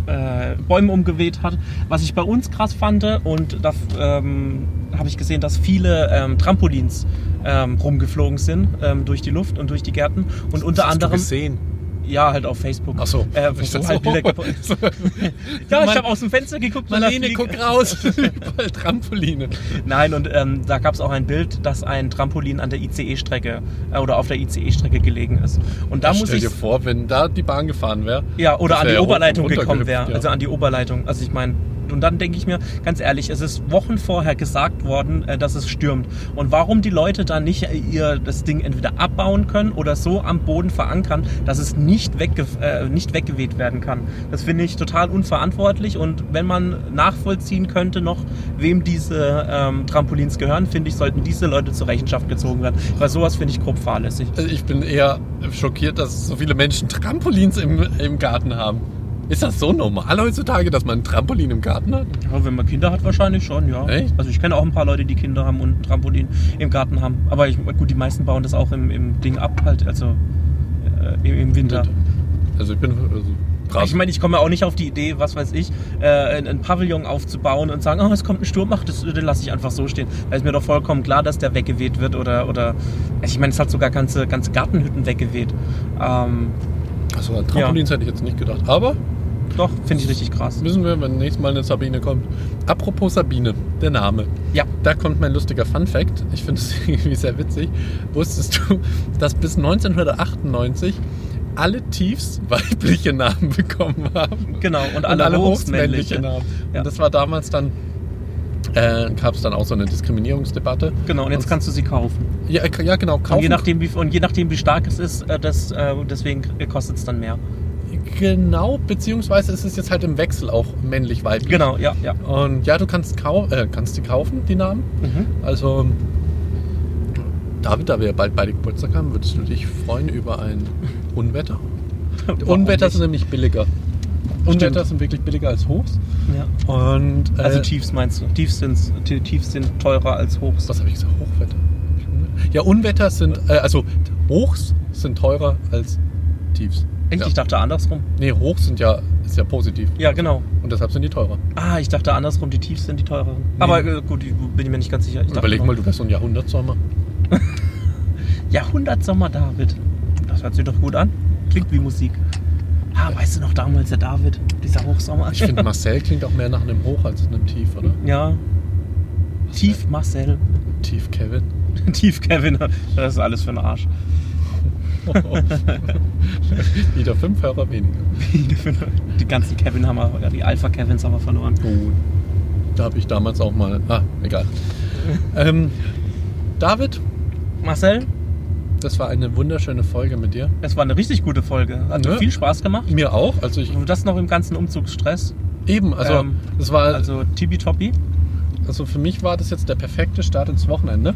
[SPEAKER 2] äh, Bäume umgeweht hat. Was ich bei uns krass fand, und da ähm, habe ich gesehen, dass viele ähm, Trampolins ähm, rumgeflogen sind ähm, durch die Luft und durch die Gärten. Und unter
[SPEAKER 1] Hast du
[SPEAKER 2] anderem,
[SPEAKER 1] gesehen.
[SPEAKER 2] ja, halt auf Facebook.
[SPEAKER 1] Ach so.
[SPEAKER 2] Äh, wo
[SPEAKER 1] Ich dachte
[SPEAKER 2] halt
[SPEAKER 1] so, <laughs>
[SPEAKER 2] Bilder gepo- <laughs>
[SPEAKER 1] so.
[SPEAKER 2] ja, ich
[SPEAKER 1] Mann.
[SPEAKER 2] habe aus dem Fenster geguckt. und da
[SPEAKER 1] Marlene,
[SPEAKER 2] fliegen-
[SPEAKER 1] guck raus. <laughs> Überall Trampoline.
[SPEAKER 2] Nein, und ähm, da gab es auch ein Bild, dass ein Trampolin an der ICE-Strecke äh, oder auf der ICE-Strecke gelegen ist. Und da
[SPEAKER 1] Ja,
[SPEAKER 2] muss
[SPEAKER 1] stell
[SPEAKER 2] ich
[SPEAKER 1] dir vor, wenn da die Bahn gefahren wäre.
[SPEAKER 2] Ja, oder
[SPEAKER 1] das
[SPEAKER 2] an
[SPEAKER 1] wär
[SPEAKER 2] die
[SPEAKER 1] ja hoch-
[SPEAKER 2] Oberleitung
[SPEAKER 1] runtergehüpft,
[SPEAKER 2] gekommen wäre.
[SPEAKER 1] ja.
[SPEAKER 2] Also an die Oberleitung. Also ich meine, und dann denke ich mir, ganz ehrlich, es ist Wochen vorher gesagt worden, äh, dass es stürmt. Und warum die Leute dann nicht äh, ihr das Ding entweder abbauen können oder so am Boden verankern, dass es nicht, wegge äh, nicht weggeweht werden kann. Das finde ich total unverantwortlich. Und wenn man nachvollziehen könnte noch, wem diese ähm, Trampolins gehören, finde ich, sollten diese Leute zur Rechenschaft gezogen werden. Weil sowas finde ich grob fahrlässig.
[SPEAKER 1] Also ich bin eher schockiert, dass so viele Menschen Trampolins im, im Garten haben. Ist das so normal heutzutage, dass man ein Trampolin im Garten hat?
[SPEAKER 2] Ja, wenn man Kinder hat, wahrscheinlich schon, ja.
[SPEAKER 1] Echt?
[SPEAKER 2] Also ich kenne auch ein paar Leute, die Kinder haben und ein Trampolin im Garten haben. Aber ich, gut, die meisten bauen das auch im, im Ding ab, halt, also äh, im, im Winter.
[SPEAKER 1] Also ich bin also, krass.
[SPEAKER 2] Ich meine, ich komme ja auch nicht auf die Idee, was weiß ich, äh, ein, ein Pavillon aufzubauen und sagen, oh, es kommt ein Sturm, ach, das, den lasse ich einfach so stehen. Da ist mir doch vollkommen klar, dass der weggeweht wird oder, oder ich meine, es hat sogar ganze, ganze Gartenhütten weggeweht. Ähm,
[SPEAKER 1] also an Trampolins hätte ich jetzt nicht gedacht. Aber
[SPEAKER 2] doch, finde ich richtig krass.
[SPEAKER 1] müssen wir, wenn nächstes Mal eine Sabine kommt. Apropos Sabine, der Name.
[SPEAKER 2] Ja.
[SPEAKER 1] Da kommt mein lustiger Fun Fact. Ich finde es <laughs> irgendwie sehr witzig. Wusstest du, dass bis 1998 alle Tiefs weibliche Namen <laughs> bekommen haben?
[SPEAKER 2] Genau, und
[SPEAKER 1] und
[SPEAKER 2] alle, genau.
[SPEAKER 1] alle
[SPEAKER 2] Obst- männliche.
[SPEAKER 1] hochsmännliche Namen.
[SPEAKER 2] Ja.
[SPEAKER 1] Genau. Und das war damals dann, äh, gab es dann auch so eine Diskriminierungsdebatte.
[SPEAKER 2] Genau, und jetzt kannst du sie kaufen.
[SPEAKER 1] Ja, äh, ja genau, kaufen.
[SPEAKER 2] Und je, nachdem, wie, und je nachdem, wie stark es ist, äh, das, äh, deswegen kostet es dann mehr.
[SPEAKER 1] Genau, beziehungsweise ist es jetzt halt im Wechsel auch männlich-weiblich.
[SPEAKER 2] Genau, ja, ja.
[SPEAKER 1] Und ja, du kannst, kau äh, kannst die kaufen, die Namen. Also, David, da wir ja bald beide Geburtstag haben, würdest du dich freuen über ein Unwetter?
[SPEAKER 2] <laughs> Warum
[SPEAKER 1] Unwetter
[SPEAKER 2] nicht?
[SPEAKER 1] sind nämlich billiger. Unwetter sind wirklich billiger als Hochs.
[SPEAKER 2] Ja.
[SPEAKER 1] Und, äh,
[SPEAKER 2] Also Tiefs meinst du? Tiefs sind, T- Tiefs sind teurer als Hochs.
[SPEAKER 1] Was habe ich gesagt? Hochwetter. Ja, Unwetter sind, äh, also Hochs sind teurer als Tiefs.
[SPEAKER 2] Echt?
[SPEAKER 1] Ja.
[SPEAKER 2] Ich dachte andersrum.
[SPEAKER 1] Nee, Hochs sind ja, ist ja positiv
[SPEAKER 2] Ja, genau.
[SPEAKER 1] und deshalb sind die teurer.
[SPEAKER 2] Ah, ich dachte andersrum, die Tiefs sind die teureren. Aber äh, gut, ich bin mir nicht ganz sicher. Ich dachte
[SPEAKER 1] Mhm. Überleg
[SPEAKER 2] nur-
[SPEAKER 1] mal, du wärst so ein Jahrhundertsommer.
[SPEAKER 2] Jahrhundertsommer David. Das hört sich doch gut an. Klingt wie Musik. Ah, weißt du noch damals der David? Dieser Hochsommer.
[SPEAKER 1] Ich finde, Marcel klingt auch mehr nach einem Hoch als einem Tief, oder?
[SPEAKER 2] <laughs> ja. Tief Marcel. <laughs>
[SPEAKER 1] Tief Kevin. <laughs>
[SPEAKER 2] Tief Kevin. Das ist alles für ein Arsch.
[SPEAKER 1] Wieder fünf Hörer weniger.
[SPEAKER 2] Die ganzen Kevin haben wir, ja, die Alpha-Kevins haben wir verloren.
[SPEAKER 1] Oh, da habe ich damals auch mal. Ah, egal. ähm, David,
[SPEAKER 2] Marcel,
[SPEAKER 1] Das war eine wunderschöne Folge mit dir.
[SPEAKER 2] es war eine richtig gute Folge. Hat mir
[SPEAKER 1] Ja.
[SPEAKER 2] viel Spaß gemacht.
[SPEAKER 1] Mir auch. Also ich
[SPEAKER 2] Und das noch im ganzen Umzugsstress.
[SPEAKER 1] eben. Also
[SPEAKER 2] Ähm,
[SPEAKER 1] das war
[SPEAKER 2] Also tibi-toppi.
[SPEAKER 1] also für mich war das jetzt der perfekte Start ins Wochenende.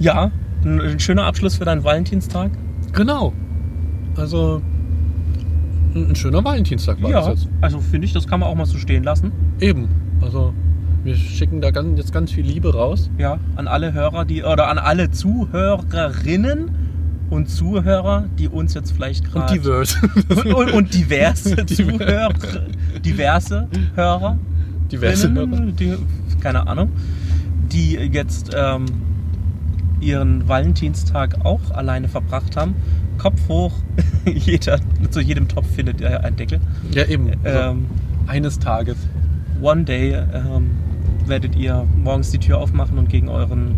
[SPEAKER 2] Ja, ein, ein schöner Abschluss für deinen Valentinstag.
[SPEAKER 1] Genau. Also ein ein schöner Valentinstag war
[SPEAKER 2] Ja,
[SPEAKER 1] das jetzt.
[SPEAKER 2] also finde ich, das kann man auch mal so stehen lassen.
[SPEAKER 1] Eben. Also wir schicken da ganz, jetzt ganz viel Liebe raus.
[SPEAKER 2] Ja, an alle Hörer, die oder an alle Zuhörerinnen und Zuhörer, die uns jetzt vielleicht
[SPEAKER 1] Und
[SPEAKER 2] gerade
[SPEAKER 1] divers. <laughs>
[SPEAKER 2] und, <laughs> und, und diverse Zuhörer, diverse Hörer,
[SPEAKER 1] Diverse Hörer.
[SPEAKER 2] die, keine Ahnung, die jetzt ähm, ihren Valentinstag auch alleine verbracht haben. Kopf hoch, <laughs> jeder zu jedem Topf findet er einen Deckel.
[SPEAKER 1] Ja, eben. Also,
[SPEAKER 2] Ähm,
[SPEAKER 1] eines Tages.
[SPEAKER 2] One Day ähm, werdet ihr morgens die Tür aufmachen und gegen euren,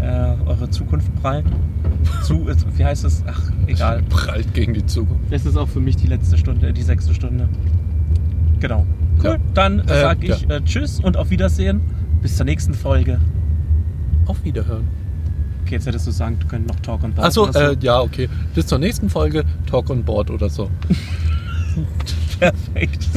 [SPEAKER 2] äh, eure Zukunft prallen. <laughs> Zu, äh, wie heißt es? Ach, egal.
[SPEAKER 1] <laughs> Prallt gegen die Zukunft.
[SPEAKER 2] Das ist auch für mich die letzte Stunde, die sechste Stunde. Genau. Cool,
[SPEAKER 1] Ja.
[SPEAKER 2] dann äh,
[SPEAKER 1] Äh,
[SPEAKER 2] sage ich äh, Tschüss und auf Wiedersehen. Bis zur nächsten Folge.
[SPEAKER 1] Auf Wiederhören.
[SPEAKER 2] Okay, jetzt hättest du sagen können, noch Talk und Ball.
[SPEAKER 1] Achso,
[SPEAKER 2] <laughs>
[SPEAKER 1] äh, ja, okay. Bis zur nächsten Folge Talk on Board oder so.
[SPEAKER 2] perfekt.